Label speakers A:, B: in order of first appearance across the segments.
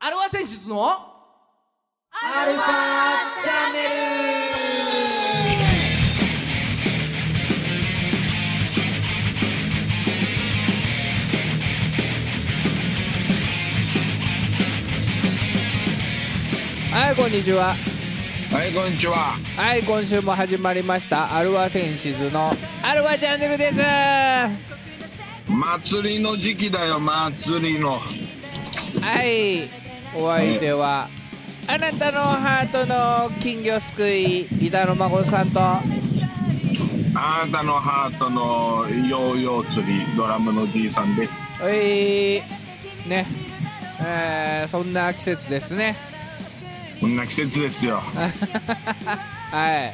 A: アルファ選出のアルファチャンネルはいこんにちは
B: はい、こんにちは。
A: はい今週も始まりましたアルファ選出のアルファチャンネルです
B: 祭りの時期だよ、祭りの。
A: はいお相手は、あなたのハートの金魚すくいギターの孫さんと
B: あなたのハートのヨーヨー釣り、ドラムのじいさんで。
A: おいねえーそんな季節ですね
B: こんな季節ですよ。
A: は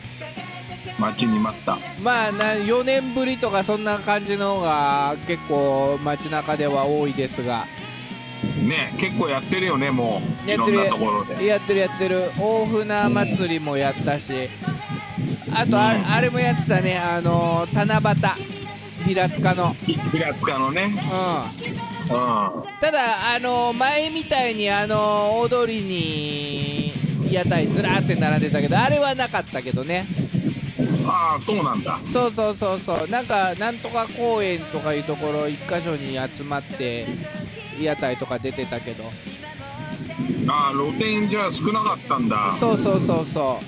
B: 待ちに待った。
A: いまあな4年ぶりとかそんな感じの方が結構街中では多いですが
B: ね、結構やってるよね、もう。い
A: やっ
B: ろ
A: て
B: ん
A: る
B: なところで。
A: やってるやってる大船祭りもやったし、あとあれ
B: うん
A: あれもやってたねあの七夕平塚の
B: ひ平塚のね。
A: うん
B: うん。は
A: ただあの前みたいにあの大通りに屋台ずらーって並んでたけどあれはなかったけどね
B: ああ、そうなんだ。
A: そうそうそうそうなんかなんとか公園とかいうところ一箇所に集まって屋台とか出てたけど
B: ああ、露店じゃ少なかったんだ。
A: そうそうそうそ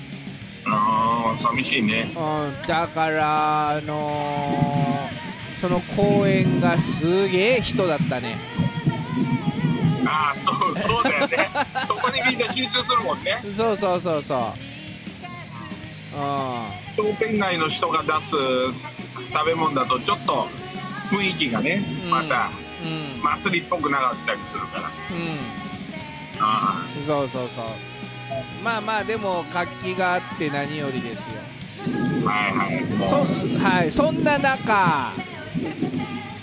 B: ああ、寂しいね。
A: う、うん、だからあのーその公園がすげえ人だったね
B: ああ、そう、そうだよね。そこにみんな集中するもんね。
A: そうそうそうそううん
B: 商店街の人が出す食べ物だとちょっと雰囲気がね
A: うん
B: また
A: うん
B: 祭りっぽくなかったりするから、
A: うん
B: あ
A: そうそうそうまあまあでも活気があって何よりですよ
B: あはいはい
A: そ,、
B: も
A: はい、そんな中、は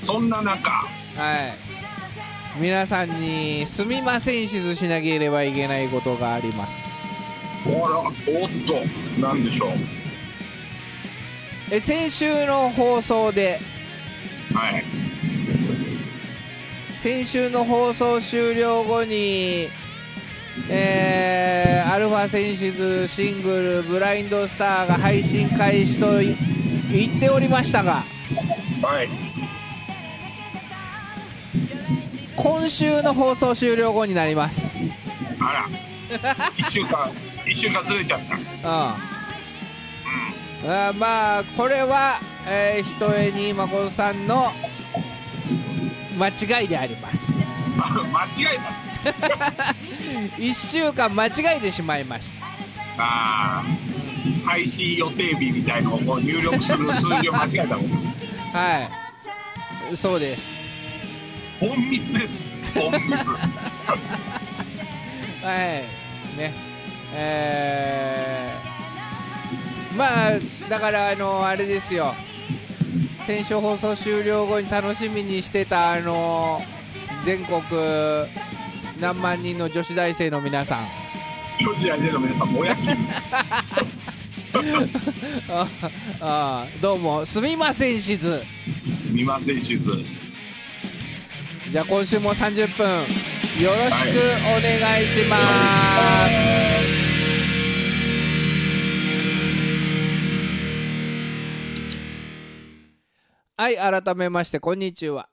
B: うそんな中
A: い、皆さんにすみませんしずしなければいけないことがあります
B: おらおっとなんでしょう
A: え先週の放送で
B: はい
A: 先週の放送終了後にえー、アルファセンシズシングル「ブラインドスター」が配信開始とい言っておりましたが
B: はい
A: 今週の放送終了後になります
B: あ ら一週間一週間ずれちゃった
A: うん、あーまあこれは、えー、ひとえに誠さんの間違いであります
B: あ間違えた
A: 1週間間違えてしまいまし
B: あー配信予定日みたいのをこう入力する数字を間違えたもん
A: たはいそうです
B: 本ミスです本ミス
A: はいねえー、まあだからあのあれですよ先週放送終了後に楽しみにしてたあの全国何万人の女子大生の皆さん
B: 巨人やジェの皆さんもやき
A: ああどうもすみませんしず
B: 見ませんしず
A: じゃあ今週も30分よろしくお願いします、はい、改めまして、こんにちは。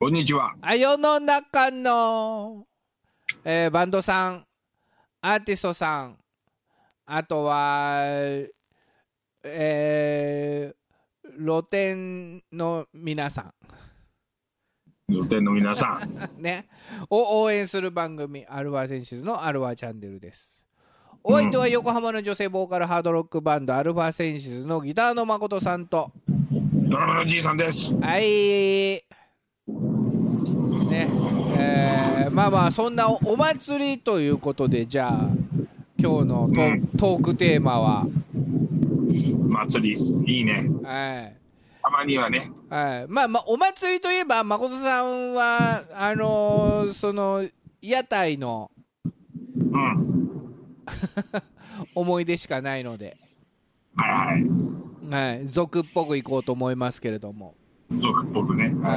B: こんにちは。
A: あ世の中の、えーバンドさん、アーティストさん、あとは、えー露店の皆さん、
B: 予定の皆さん。
A: ね、を応援する番組アルワーセンシズのアルワーチャンネルですお相手は横浜の女性ボーカルハードロックバンドアルファセンシズのギターの誠さんと
B: ドラムのじいさんです。
A: はいねえーまあまあそんなおお祭りということでじゃあ今日のトー
B: うん
A: トークテーマは、
B: 祭り、いいね。
A: はい
B: たまにはね。
A: はい、まあまあお祭りといえば誠さんはあのーその屋台の
B: うん。
A: 思い出しかないので
B: はいはい。
A: はい、俗っぽくいこうと思いますけれども、
B: 族っぽくね。
A: は、
B: は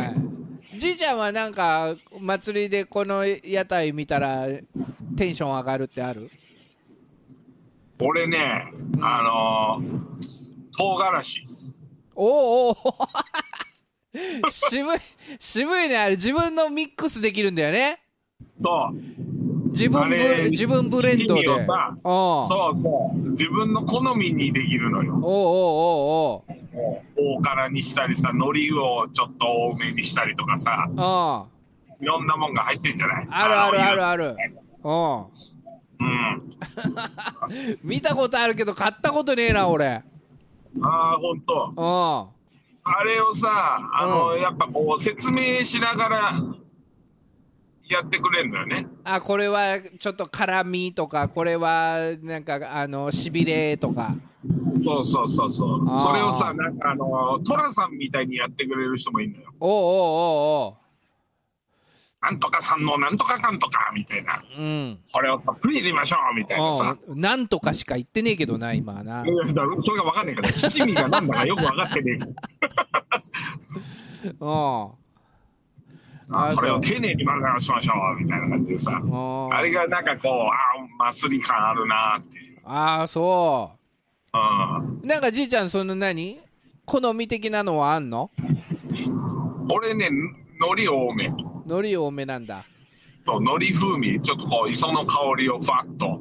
B: い
A: じいちゃんはなんか祭りでこの屋台見たらテンション上がるってある
B: 俺ね、あのー、唐辛子。
A: おうおう 渋い渋いねあれ自分のミックスできるんだよね
B: そう。
A: 自分ブ
B: あれ
A: 自分ブレンドで
B: 七味をさ
A: うんおう
B: そうそう。自分の好みにできるのよ。
A: おうおうおう
B: 大辛にしたりさ、海苔をちょっと多めにしたりとかさ、
A: うんあ
B: いろんなもんが入ってんじゃない
A: るあるある
B: あ
A: あるう
B: の
A: ん見たことあるけど買ったことねえな俺
B: うん。ああ、ほんと。
A: うんは
B: あれをさ、あの、
A: うん
B: やっぱこう、説明しながら、やってくれるんだよね。
A: あこれはちょっと辛みとかこれはなんかあのしびれとか
B: そうそうそうそう。
A: あー
B: それをさ、なんかあの、トラさんみたいにやってくれる人もいるのよ。
A: おうおうおう
B: なんとかさんのなんとかかんとかみたいな。
A: おううん
B: これをたっぷり入れましょうみたいなさ。
A: うんなんとかしか言ってねえけどな今はない
B: やそれが分かんないから、七味がなんだかよく分かって ね
A: うん
B: え。これを
A: そう
B: 丁寧に丸々しましょうみたいな感じでさ。
A: うん
B: あれがなんかこう、ああ、祭り感あるなーっていう。
A: ああそ
B: うん
A: うなんかじいちゃんその何好み的なのはあんの
B: 俺ね、海苔多め。
A: 海苔多めなんだ
B: そう海苔風味、ちょっとこう、磯の香りをファッと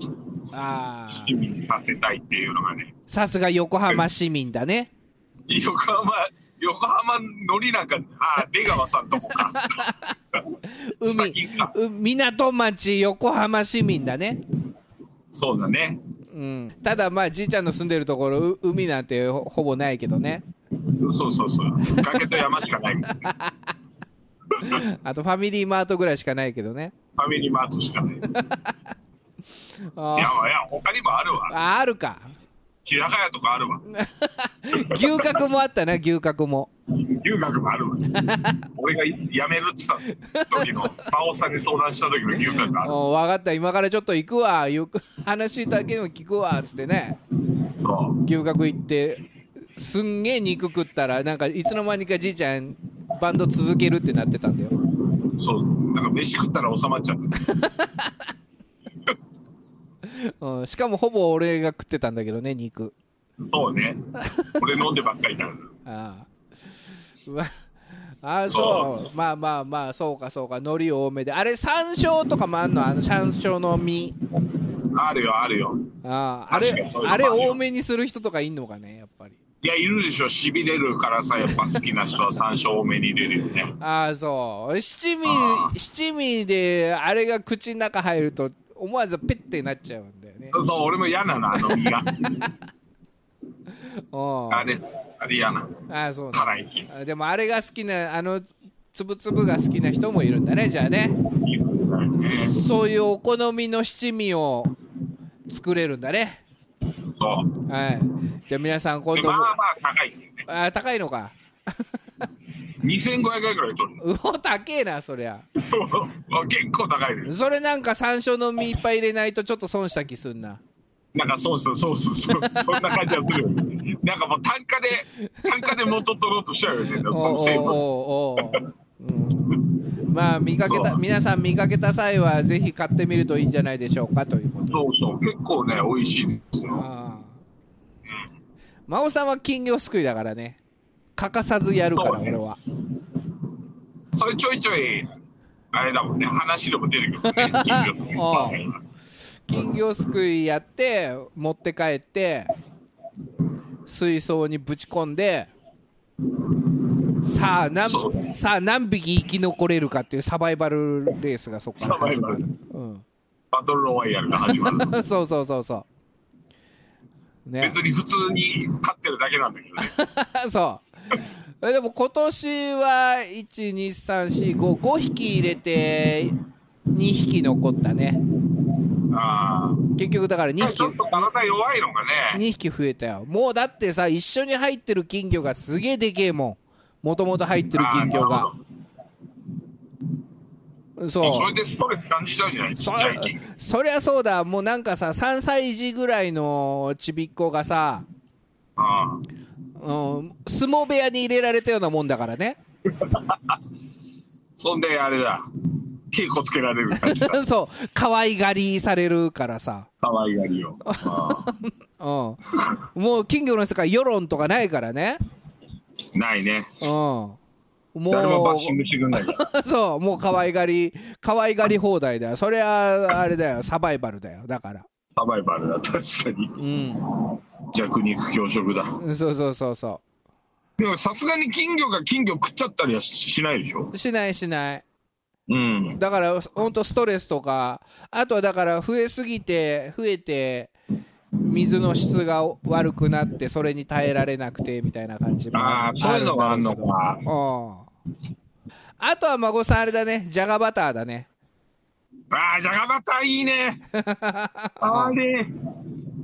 A: ああ
B: 七味に立てたいっていうのがね。
A: さすが横浜市民だね
B: 横浜、横浜海苔なんか、ああ、出川さんとこか。
A: 海
B: 先か
A: う港町横浜市民だね
B: そうだね。
A: うんただまあじいちゃんの住んでるところう海なんてほほぼないけどね
B: そうそうそう。崖と山しかない。フ
A: あとファミリーマートぐらいしかないけどね
B: ァミリーマートしかない。いやいや
A: あ、
B: 他にもある
A: ー
B: わ。
A: あある か
B: 日高屋とかあるわ。
A: 牛角もあったな牛角も
B: 留学もあるわ。俺が辞めるっつった時の、馬王さんに相談した時の留学がある。
A: お分かった今からちょっと行くわよく話だけでも聞くわつってね
B: そう。
A: 牛角行ってすんげえ肉食ったらなんかいつの間にかじいちゃんバンド続けるってなってたんだよ
B: そう。だから飯食ったら収まっちゃった。
A: うん、しかもほぼ俺が食ってたんだけどね肉
B: そうね。俺飲んでばっかりだから。
A: ああうわああそうまあまあまあそうかそうか海苔多めであれ山椒とかもあんのあの山椒の実
B: あるよ、あるよ。
A: あああれ
B: 確かにそういうのも
A: あ
B: ある
A: れ
B: よ
A: 多めにする人とかいんのかねやっぱり
B: いや、いるでしょ。痺れるからさ、やっぱ好きな人は山椒多めに入れるよね。
A: ああそう七味
B: あ
A: 七味であれが口の中入ると思わずペッてなっちゃうんだよね
B: そう、俺も嫌なの、あの身が。
A: うん
B: あれ、あれ嫌な。
A: ああそう
B: 辛い。
A: あでもあれが好きなあのつぶつぶが好きな人もいるんだねじゃあね
B: ね、
A: そういうお好みの七味を作れるんだね
B: そう。
A: はいじゃあ皆さん今
B: で
A: 度
B: まあ
A: も
B: まあ高いんだよね。
A: あ高いのか
B: 2500円ぐらい取る。
A: うお高えなそりゃ
B: 結構高いです。
A: それなんか山椒の実いっぱい入れないとちょっと損した気すんな
B: なんかそうそうそうそうそう、そんな感じがするよね。なんかもう単価で、単価で元取ろうとしちゃう よね、そ
A: お
B: の成
A: う
B: 分。
A: おうおうおう、うん、まあ見かけた
B: そう
A: 皆さん見かけた際はぜひ買ってみるといいんじゃないでしょうかということ
B: そうそう、結構ね、美味しいですよ。
A: ああ真央さんは金魚すくいだからね欠かさずやるから
B: そうね
A: 俺は
B: それちょいちょい、あれだもんね、話でも出るけどね、金魚とかいっぱいある
A: 金魚すくいやって持って帰って水槽にぶち込んでさあ何
B: そう
A: さあ何匹生き残れるかっていうサバイバルレースがそこから始まる
B: サバイバル、
A: うん、
B: バトルロワイヤルが 始まる。
A: そうそうそうそうね
B: 別に普通に飼ってるだけなんだけど ね。
A: そうえでも今年は12345匹入れて2匹残ったね
B: あ
A: 結局だから2
B: あ。ち
A: 匹
B: ょっと体弱いのがね、
A: 2匹増えたよもうだってさ一緒に入ってる金魚がすげえでけえもんもともと入ってる金魚
B: あーな
A: が
B: る
A: そう
B: それでストレス感じちゃうんじゃないちっちゃい金魚。
A: そりゃそうだもうなんかさ3歳児ぐらいのちびっ子がさ、
B: ああ
A: うん、相撲部屋に入れられたようなもんだからね
B: そんであれだ稽古つけられる感じだ
A: そう可愛がりされるからさ
B: 可愛がり をあ
A: うんもう金魚の世界世論とかないからね
B: ーないね
A: うんもう
B: 誰もバッシングしてくんないか ら
A: そうもう可愛がり可愛がり放題だよそれはあれだよサバイバルだよだから
B: サバイバルだ確かに
A: うん
B: 弱肉強食だ
A: そうそうそうそ
B: でもさすがに金魚が金魚食っちゃったりはししないでしょ
A: うしないしない
B: うん
A: だからほんとストレスとかあとはだから増えすぎて増えて水の質が悪くなってそれに耐えられなくてみたいな感じも
B: ああそういうのがあんの
A: るんだ
B: か
A: けどうんあとは孫さんあれだねじゃがバターだね
B: ああじゃがバター いいねあれ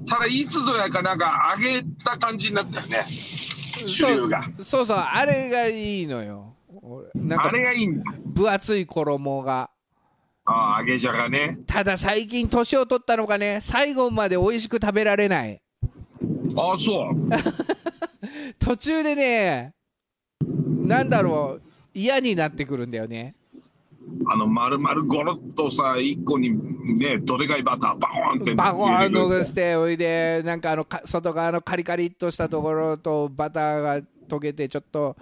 B: ただいつぞやかなんか揚げた感じになったよね主流が
A: そうそうそうあれがいいのよ俺なん
B: あ
A: か
B: れがいいんだ
A: 分厚い衣が
B: ああ揚げじゃがね
A: ただ最近年を取ったのかね最後まで美味しく食べられない
B: ああそう
A: 途中でねなんだろう嫌になってくるんだよね
B: あの丸々ゴロッとさ一個にねどでかいバターバーンって
A: バコーン
B: 入れ
A: の
B: てくる
A: しておいでなんかあのか外側のカリカリっとしたところとバターが溶けてちょっと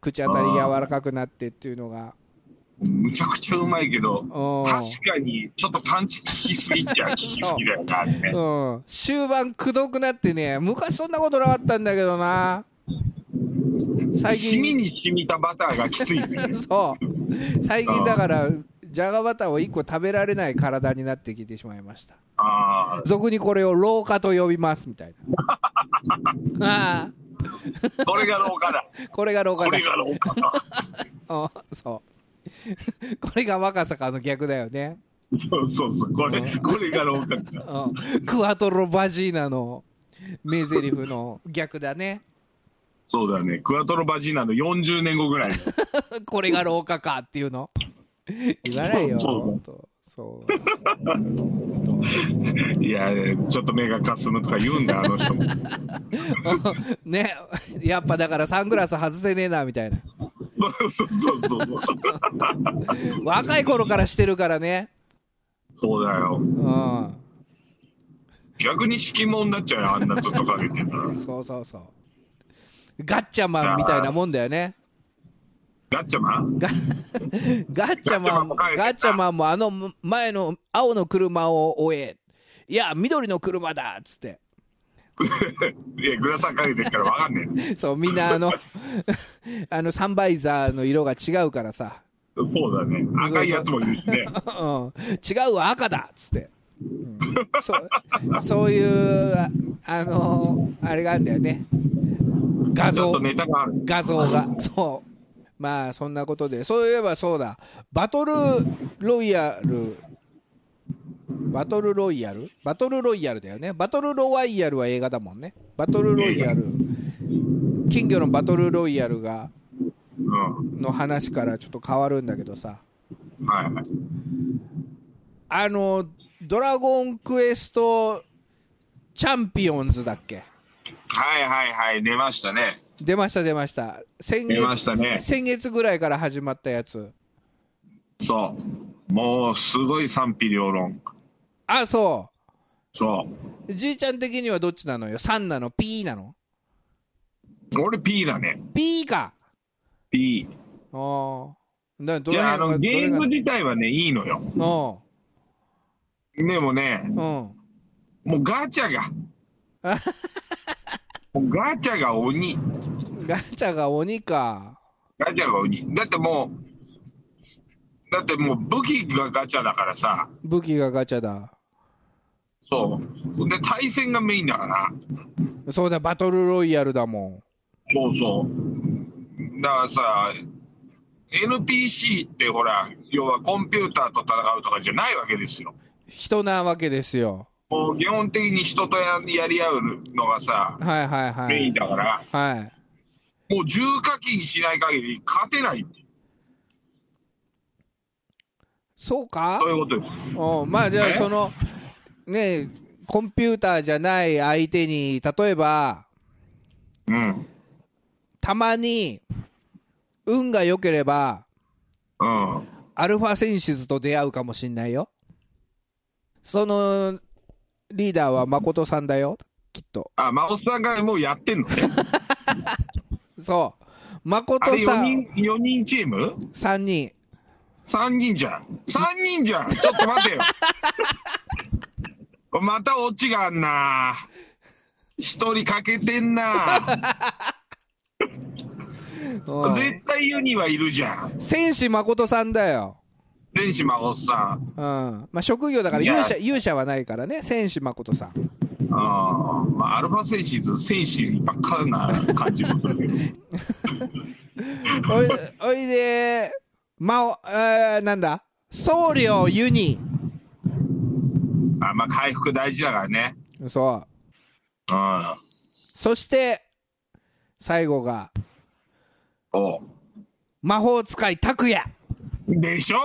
A: 口当たり柔らかくなってっていうのが
B: むちゃくちゃうまいけど
A: うん
B: 確かにちょっとパンチ効きすぎっちゃ効きすぎだよなあれね
A: うん終盤くどくなってね昔そんなことなかったんだけどな最
B: 染み
A: 近
B: に染みたバターがきついね
A: そう最近だからじゃがバターを1個食べられない体になってきてしまいました
B: あ
A: 俗にこれを老化と呼びますみたいな あ
B: あこれが老化だ
A: あこれが老化
B: こ
A: だ
B: れが老化だ
A: うんそう これが若さからの逆だよね、
B: そうそうそうこれこれが老化だ
A: うん、クワトロバジーナの名台詞の逆だね
B: そうだねクワトロバジーナの40年後ぐらい
A: これが老化かっていうの言わないよ
B: そう
A: ほんとそう
B: いやちょっと目がかすむとか言うんだあの人も
A: ねやっぱだからサングラス外せねえなみたいな
B: そうそうそうそうそう
A: 若い頃からしてるからね
B: そうだよ
A: うん
B: 逆に色盲になっちゃうよあんなずっとかけてたら
A: そうそうそうガッチャマンみたいなもんだよね
B: ガッチャマン
A: ガガッチャマンも、
B: ガッチャマンも帰ってきた
A: ガッチャマンもあの前の青の車を追え。いや、緑の車だっつって。
B: いやグラサンかけてるからわかんねえ
A: そう、みんなあの、 あのサンバイザーの色が違うからさ。
B: そうだね赤いやつもいるしね
A: うん、違うわ、赤だっつって。そうそういう、ああのあれがあるんだよね。画
B: ちょ
A: 像
B: っと。ネタがある
A: 画像がそうまあそんなことでそういえばそうだバトルロイヤルバトルロイヤルバトルロイヤルだよねバトルロワイヤルは映画だもんねバトルロイヤル金魚のバトルロイヤルが
B: うん
A: の話からちょっと変わるんだけどさ
B: はいはい
A: あのドラゴンクエストチャンピオンズだっけ
B: はいはいはい出ましたね
A: 出ました出ました先
B: 出ま
A: 月
B: したね
A: 先月ぐらいから始まったやつ
B: そうもうすごい賛否両論
A: あそう
B: そ
A: じいちゃん的にはどっちなのよ ?3 なの ?P なの
B: う俺 P だね
A: ?P か
B: P
A: あーだど
B: じ
A: れ
B: ゃああ
A: がど
B: のゲ
A: れ
B: ー
A: が
B: ム自体はねいいのよ
A: お
B: でもね
A: ううん
B: もうガチ ャがもうガチャが鬼
A: ガチャが鬼か
B: ガチャが鬼だってもうだってもう武器がガチャだからさ
A: 武器がガチャだ
B: そうで対戦がメインだから
A: そうだバトルロイヤルだも
B: そうそう。だからさ、NPC ってほら、要はコンピューターと戦うとかじゃないわけですよ。
A: ん人なわけですよ
B: もう基本的に人とややり合うのがさ、
A: はいはいは
B: メイ
A: い
B: ンだから、
A: はい
B: もう重課金しない限り勝てないって、
A: そうか
B: そういうことです。
A: おまあじゃあ
B: え
A: そのねえコンピューターじゃない相手に例えば
B: うん。
A: たまに運が良ければ
B: うん。
A: アルファセンシズと出会うかもしんないよそのリーダーは誠さんだよきっと
B: あ、真央さんがもうやってんのね。
A: そう
B: あ
A: 誠
B: れ
A: さ
B: 4
A: ん
B: 人、4人チーム
A: 3人
B: ?3 人じゃん。3人じゃん。ちょっと 待てよ。またオチがあんな。1人欠けてんな。
A: うん
B: 絶対4人はいるじゃん。
A: 戦士誠さんだよ
B: 天使真央さん。
A: うんまあ職業だから
B: いや
A: 勇者勇者はないからね戦士誠さん
B: うんまあ、アルファセンシズ、戦士ばっかな感じもするけど。
A: おいおいでまおえーなんだ僧侶ユニ
B: あまあ、回復大事だからね。
A: そう
B: うん。
A: そして最後が
B: お
A: 魔法使い拓也
B: でしょ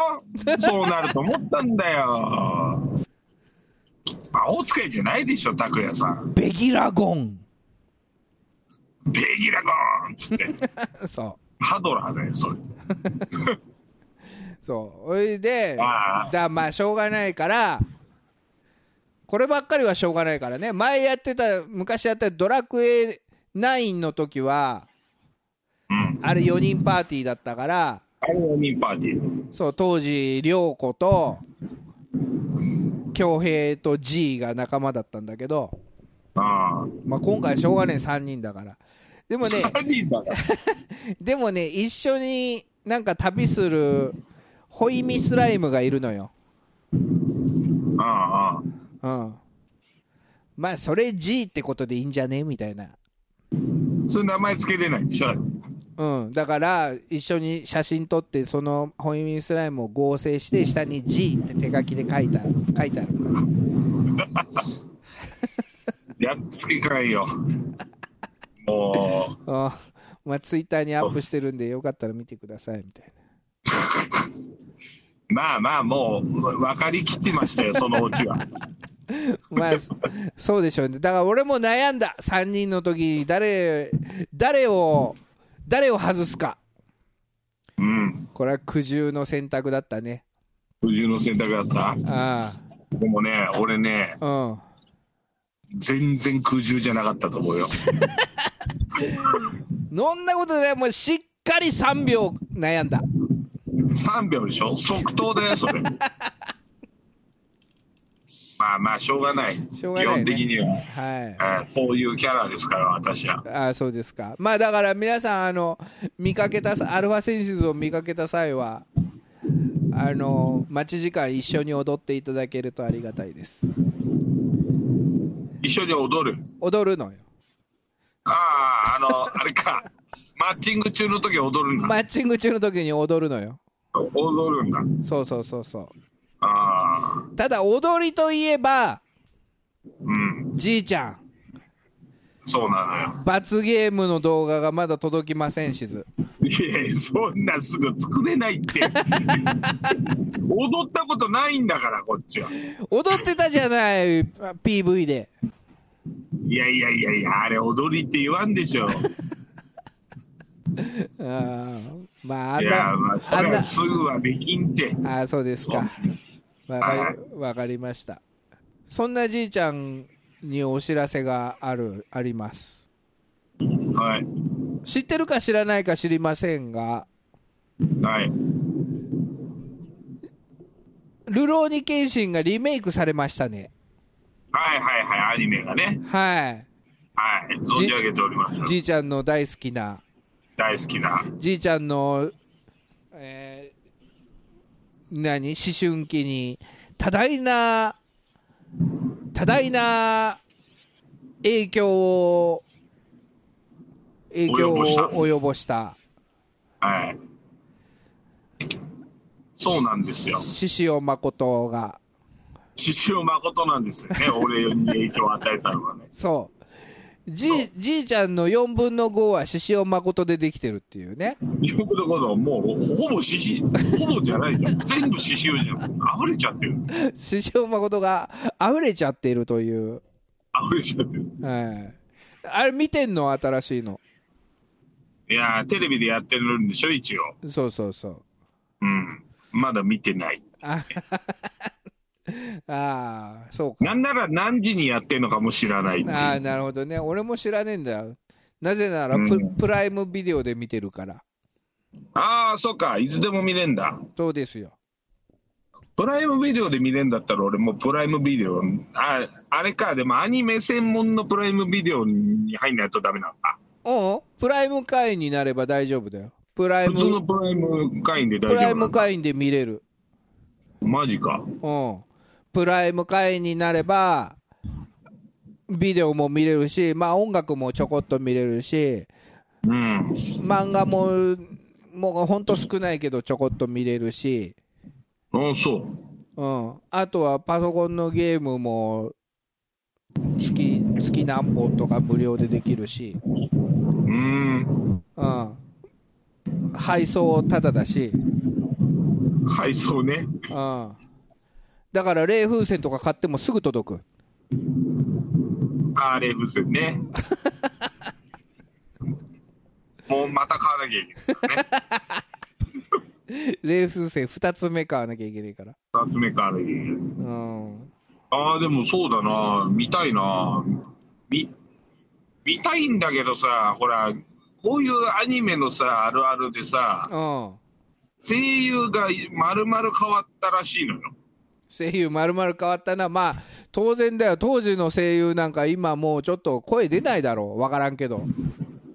B: そうなると思ったんだよ。魔法使いじゃないでしょ、拓也さん。
A: ベギラゴン
B: ベギラゴーンっつって。
A: そ
B: ハドラーだよ、それ。
A: うそうおいで
B: ああ
A: だまあしょうがないからこればっかりはしょうがないからね前やってた昔やってた「ドラクエ9」の時は
B: うん。
A: あれ4人パーティーだったから
B: あれ4人パーティー。
A: そう当時涼子と恭平と G が仲間だったんだけど、
B: ああ。
A: まあ、今回しょうがない3人だからで もね
B: 3人だから。
A: でもね一緒になんか旅するホイミスライムがいるのよ、
B: ああ。
A: うん、まあそれ G ってことでいいんじゃねみたいな、
B: そういう名前つけれないでしょ。
A: うん、だから一緒に写真撮ってそのホイミスライムを合成して下に G って手書きで書いた書いてあるから
B: やっつけかいよ。もう、
A: あまあ、ツイッターにアップしてるんでよかったら見てくださいみたい
B: まあまあ、もう、分かりきってましたよ、そのオチは。
A: なまあそそうでしょうねだから俺も悩んだ3人の時に誰誰を誰を外すか
B: うん。
A: これは苦渋の選択だったね
B: 無事の選択だった
A: あ
B: でもね、俺ね、
A: あうん
B: 全然空中じゃなかったと思うよ。
A: そんなことないもうしっかり3秒悩んだ
B: 3秒でしょ即答だよ、そ れ。まあまあ、しょうがない。
A: しょうがないね
B: 基本的には。
A: はい
B: うんこういうキャラですから、私は。
A: ああそうですかまあだから皆さんあの見かけたさアルファセンシズを見かけた際はあの待ち時間一緒に踊っていただけるとありがたいです
B: 一緒に踊る。
A: 踊るのよ
B: ああ、あの、あれか。マッチング中の時踊るんだ。
A: マッチング中の時に踊るのよ
B: 踊るんだ。
A: そうそうそうそ
B: ああ、
A: うただ踊りといえば
B: うん。
A: じいちゃん
B: そうなのよ。
A: 罰ゲームの動画がまだ届きませんしず
B: いやいやそんなすぐ作れない って。踊ったことないんだから、こっちは。
A: 踊ってたじゃない PV で
B: いやいやいやいや、あれ踊りって言わんでしょ。
A: うんまああ
B: い
A: ん
B: や、
A: な
B: ま
A: あ
B: あ、そ
A: ん
B: れ
A: な
B: はすぐはできんって。
A: ああそうですかわかりわかりましたそんなじいちゃんにお知らせがあるあります
B: はい。
A: 知ってるか知らないか知りませんが
B: はい。
A: 「ルローニケンシン」がリメイクされましたね
B: はいはいはい、アニメがね。
A: はい
B: はい。存じ上げております。
A: じいちゃんの大好きな
B: 大好きな。
A: じいちゃんの、えー何思春期に多大な多大な影響を影響を
B: 及ぼした
A: 及ぼした
B: はい。そうなんですよ。
A: 獅子王誠が
B: 獅子王誠なんですよ ね。俺に影響を与えたのはね。
A: そうじいじいちゃんの4分の5は獅子王誠でできてるっていうね
B: よくのこともう、ほぼ獅子、ほぼじゃないじゃん。全部獅子王じゃん。溢れちゃってる。
A: 獅子王誠が溢れちゃっているという、
B: 溢れちゃってる。
A: はいあれ見てんの新しいの
B: いやー、テレビでやってるんでしょ、一応。
A: そうそうそう
B: うん。まだ見てない。
A: ああー、そうか。
B: なんなら何時にやってんのかも知らないっていう
A: ああ、なるほどね。俺も知らねえんだよ。なぜならプ、
B: うん
A: プライムビデオで見てるから。
B: ああ、そうか。いつでも見れんだ。
A: そうですよ。
B: プライムビデオで見れんだったら俺もうプライムビデオ、ああれか、でもアニメ専門のプライムビデオに入んないとダメなんだ。
A: おうんプライム会員になれば大丈夫だよ。プライ
B: 普通の
A: ム、
B: プライム会員で
A: プ
B: 大
A: ラ
B: 丈
A: イ
B: 夫なん
A: ム
B: だ。
A: 会員で見れる。
B: マジか。
A: うん。プライム会員になれば、ビデオも見れるし、まあ音楽もちょこっと見れるし、
B: うん。
A: 漫画も、もうほんと少ないけどちょこっと見れるし、
B: ああ、そう。
A: うん、あとはパソコンのゲームも月月何本とか無料でできるし、
B: うーん。
A: うん、配送タダだし、
B: 配送
A: う
B: ね。
A: ん、だから冷風船とか買ってもすぐ届く
B: あれ、風船 ね。もうまた買わなきゃいけない、ね。
A: 冷風船2つ目買わなきゃいけないから、
B: 二つ目買わなきゃいけない。
A: うん、
B: ああ、でもそうだな。見たいな。見、見たいんだけどさ、ほら、こういうアニメのさ、あるあるでさ、
A: うん、
B: 声優が丸々変わったらしいのよ。
A: 声優まるまる変わったなまあ当然だよ当時の声優なんか今もうちょっと声出ないだろう分からんけど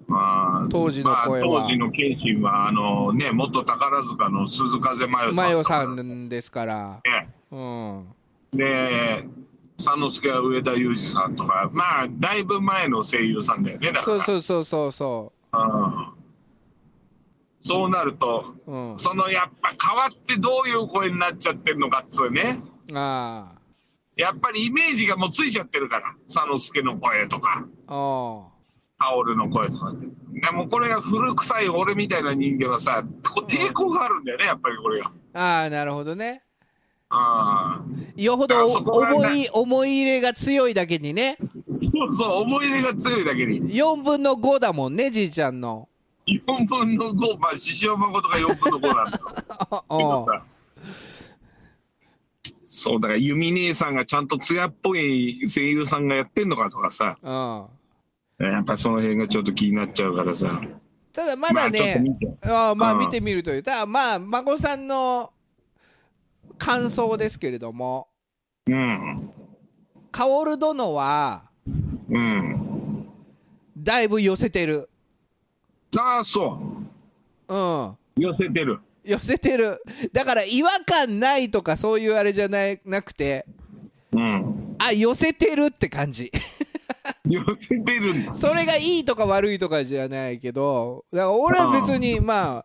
B: まあ、
A: 当時の声は
B: まあ、当時の謙信は、あのね、元宝塚の鈴風真
A: マ
B: 世
A: ヨ
B: さ
A: さ
B: ん。
A: んですから、
B: ね。
A: うん、
B: で、三之助は上田裕二さんとか、まあ、だいぶ前の声優さんだよね、だから。
A: そうそうそうそうそう
B: うんそうなると、
A: うん、
B: そのやっぱ変わってどういう声になっちゃってるのかっつうね
A: あ
B: やっぱりイメージがもうついちゃってるから佐之助の声とか
A: ああ
B: 薫の声とかってでもこれが古臭い俺みたいな人間はさこう抵抗があるんだよねやっぱりこれが。
A: あああなるほどね
B: うん
A: よほど
B: あそこはね
A: 思い思い入れが強いだけにね
B: そうそう思い入れが強いだけに
A: 4分の5だもんねじいちゃんの
B: 4分の5まあ獅子王孫とか4分の5なんだよ
A: あ
B: けど
A: あ
B: さそうだから弓姉さんがちゃんと艶っぽい声優さんがやってんのかとかさ
A: うん
B: やっぱその辺がちょっと気になっちゃうからさ
A: ただまだ
B: まあちょっ
A: ね
B: と見て、
A: ああまあ
B: うん
A: 見てみるというただまあ孫さんの感想ですけれども
B: うん
A: 薫殿は
B: うん
A: だいぶ寄せてる
B: ああそ
A: うん
B: う寄せてる
A: 寄せてるだから違和感ないとかそういうあれじゃないなくて
B: うん
A: あ寄せてるって感じ
B: 寄せてるんだ
A: それがいいとか悪いとかじゃないけどだから俺は別にまあ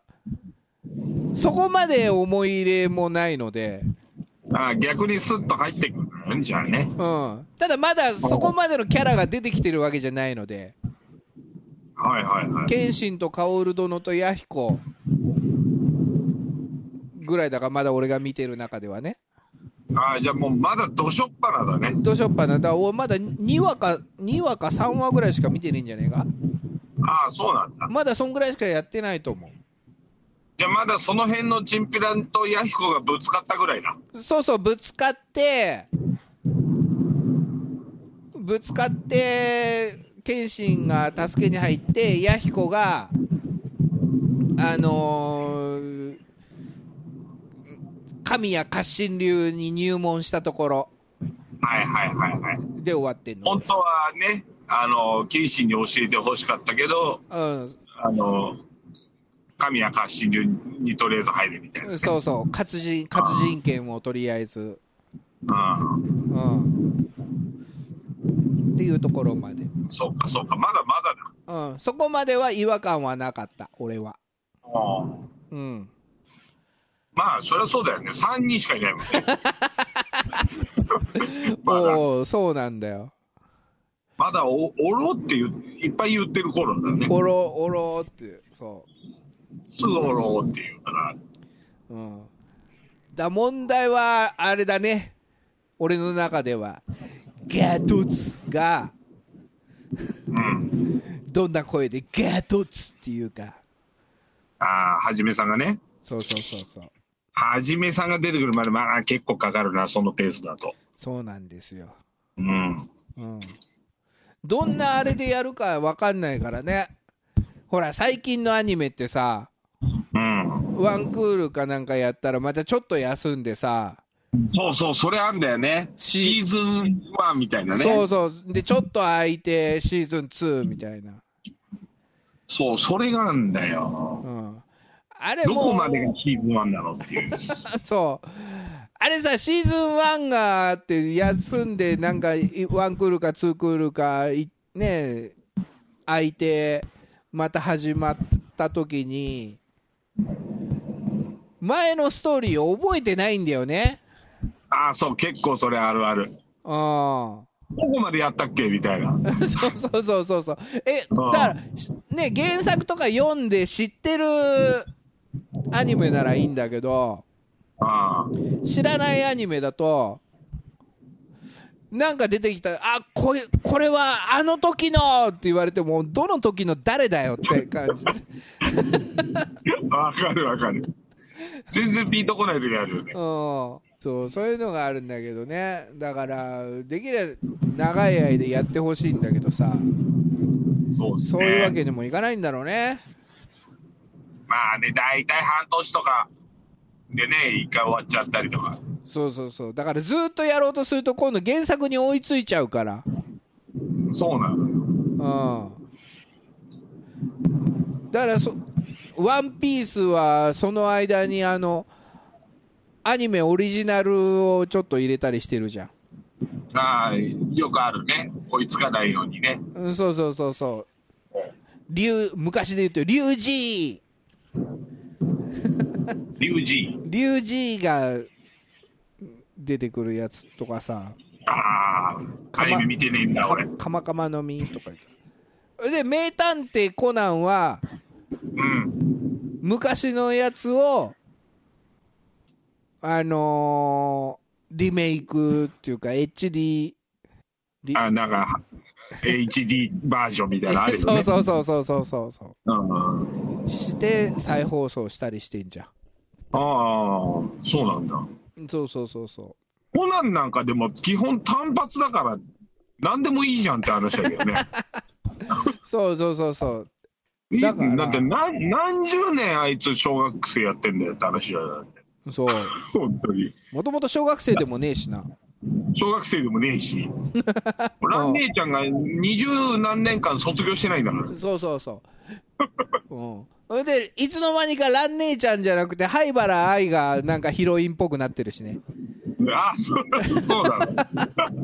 A: そこまで思い入れもないので、
B: ああ逆にスッと入ってくるんじゃんね
A: うん、ただまだそこまでのキャラが出てきてるわけじゃないので
B: はいはいはい
A: 謙信と薫殿と弥彦ぐらいだからまだ俺が見てる中ではね
B: ああじゃあもうまだどしょっぱなだね
A: どうしよっぱなだから俺まだ2話か2話か3話ぐらいしか見てないんじゃないか
B: ああそうなんだ
A: まだそんぐらいしかやってないと思う
B: じゃあまだその辺のチンピランと弥彦がぶつかったぐらいだ
A: そうそうぶつかってぶつかって謙信が助けに入って弥彦があのー神谷活心流に入門したところ
B: はいはいはいはい
A: で終わってんの
B: 本、当はねあの謙信に教えてほしかったけど
A: う
B: あの神谷活心流にとりあえず入るみたいな、
A: ん、そうそう活人活人権をとりあえず、
B: う
A: うん、っていうところまで、
B: ん、そうかそうかまだまだだ
A: うん、そこまでは違和感はなかった俺は。うん
B: まあそりゃそうだよね3人しかいないもんねまだ
A: おおそうなんだよ
B: まだおおろって言ういっぱい言ってる頃だよね
A: おろおろってそ
B: すぐおろって言うから
A: ううんだ問題はあれだね俺の中ではガトツが
B: うん
A: どんな声でガトツっていうか
B: ああはじめさんがね
A: そうそうそうそう
B: はじめさんが出てくるまで、まあ結構かかるな、そのペースだと。
A: そうなんですよ。
B: うん。
A: うん。どんなあれでやるかわかんないからね。ほら、最近のアニメってさ、
B: うん。
A: ワンクールかなんかやったら、またちょっと休んでさ、
B: そうそう、それあんだよね。
A: し
B: シーズン1みたいなね。
A: そうそう。で、ちょっと空いて、シーズン2みたいな。
B: そう、それがあんだよ。
A: うん。あれも
B: ど
A: う
B: こまでがシーズン1なのっていう。
A: そう。あれさ、シーズン1があって休んで、なんか、いワンクールか2クールか、いね、空いて、また始まった時に、前のストーリーを覚えてないんだよね。
B: ああ、そう、結構それあるある。
A: うん。そ
B: どこまでやったっけみたいな。
A: う そうそうそうそう。え、だから、しね、原作とか読んで知ってるアニメならいいんだけど、
B: ああ。
A: 知らないアニメだとなんか出てきたらあこれこれはあの時のって言われてもどの時の誰だよって感じ
B: わかるわかる。全然ピンとこない時あるよね
A: うん。そうそういうのがあるんだけどねだからできれば長い間やってほしいんだけどさ
B: そうです
A: そ
B: ね。
A: ういうわけにもいかないんだろうね
B: まあね、大体半年とかでね、一回終わっちゃったりとか。
A: そうそうそうだからずっとやろうとすると今度原作に追いついちゃうから
B: そうなのよ。
A: うんだからそ「ワンピースはその間にあのアニメオリジナルをちょっと入れたりしてるじゃん、
B: ああ、よくあるね。追いつかないようにね。
A: うん、そうそうそうそう竜昔で言うと竜爺
B: リュウジ
A: 竜爺が出てくるやつとかさ
B: ああ、
A: か
B: ア
A: ま
B: ニメ見てねえ
A: 「
B: んだ、
A: か
B: 俺。
A: かまかまの実」とか言ってで「名探偵コナン」は
B: うん。
A: 昔のやつをあのーリメイクっていうか HD リ
B: あなんか、HD バージョンみたいなのあるよ
A: そ
B: ね。
A: うそうそうそうそうそうそ
B: うん
A: うして再放送したりしてんじゃ
B: ああ、そうなんだ。
A: んそうそうそうそ
B: コナンなんかでも基本単発だから、何でもいいじゃんって話だけどね。
A: うそうそうそうそう
B: い
A: だから
B: だって何何十年あいつ小学生やってんだよって話だよ。
A: そう
B: 本当に。
A: もともと小学生でもねえしな
B: 小学生でもねえし。 ラン姉ちゃんが二十何年間卒業してないんだから。
A: そうそうそううんそれでいつの間にか蘭姉ちゃんじゃなくて灰原愛がなんかヒロインっぽくなってるし ね
B: ああ、そうそうだ。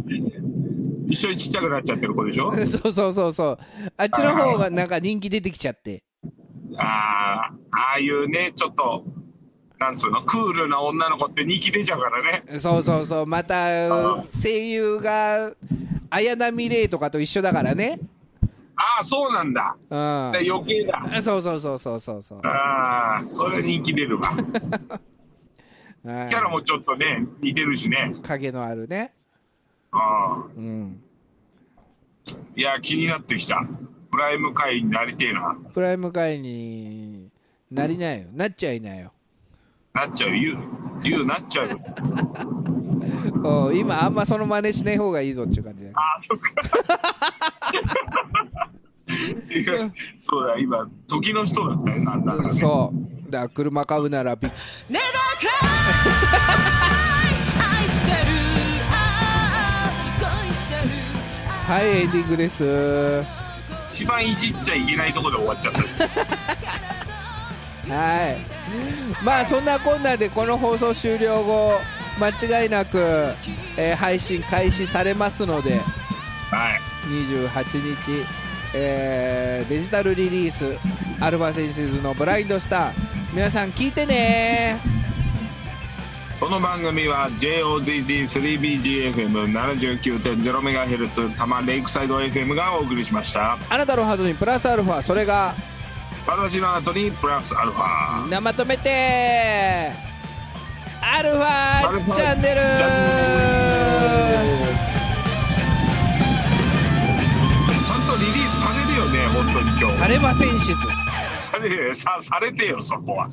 B: 一緒にちっちゃくなっちゃってる子でしょ
A: そうそうそうそうあっちの方がなんか人気出てきちゃって
B: ああ、ああいうね、ちょっと、なんつうの、クールな女の子って人気出ちゃうからね。
A: そうそうそうまた
B: あ
A: 声優が綾波レイとかと一緒だからね
B: ああ、そうなんだ。
A: うん
B: で余計だ。
A: そうそうそうそうそうそう
B: ああ、それ人気出るわ。
A: はい
B: キャラもちょっとね、似てるしね。
A: 影のあるね
B: ああ。
A: うん
B: いや、気になってきた。プライム会員になりてえな。
A: プライム会員になりないよなっちゃいないよ
B: なっちゃう、ゆう、ゆうなっちゃ うよ。
A: うん今あんまその真似しない方がいいぞっていう感じだよ
B: ああ、そっか。いや そうだ、今、時の人だったよな、だからね。
A: そうだから車買うならビッ
C: Never cry 愛してるああ恋してる
A: はいエンディングですは
B: 一番いじっちゃいけないとこで終わっちゃった。
A: いまあそんなこんなでこの放送終了後間違いなく、えー配信開始されますので
B: はい。
A: 28日、えーデジタルリリースアルファセンシズのブラインドスター皆さん聞いてね
B: この番組は JOZZ3BGFM79.0MHz 多摩レイクサイド FM がお送りしました。
A: あなたのハートにプラスアルファそれが
B: 私の後にプラスアルファ。
A: みんなまとめてアルフ
B: アルフ
A: ァ
B: ァ
A: チャンネル
B: チャンネちゃんとリリースされるよね、本当に今日。
A: されませんし
B: されるよさされてよ、そこは。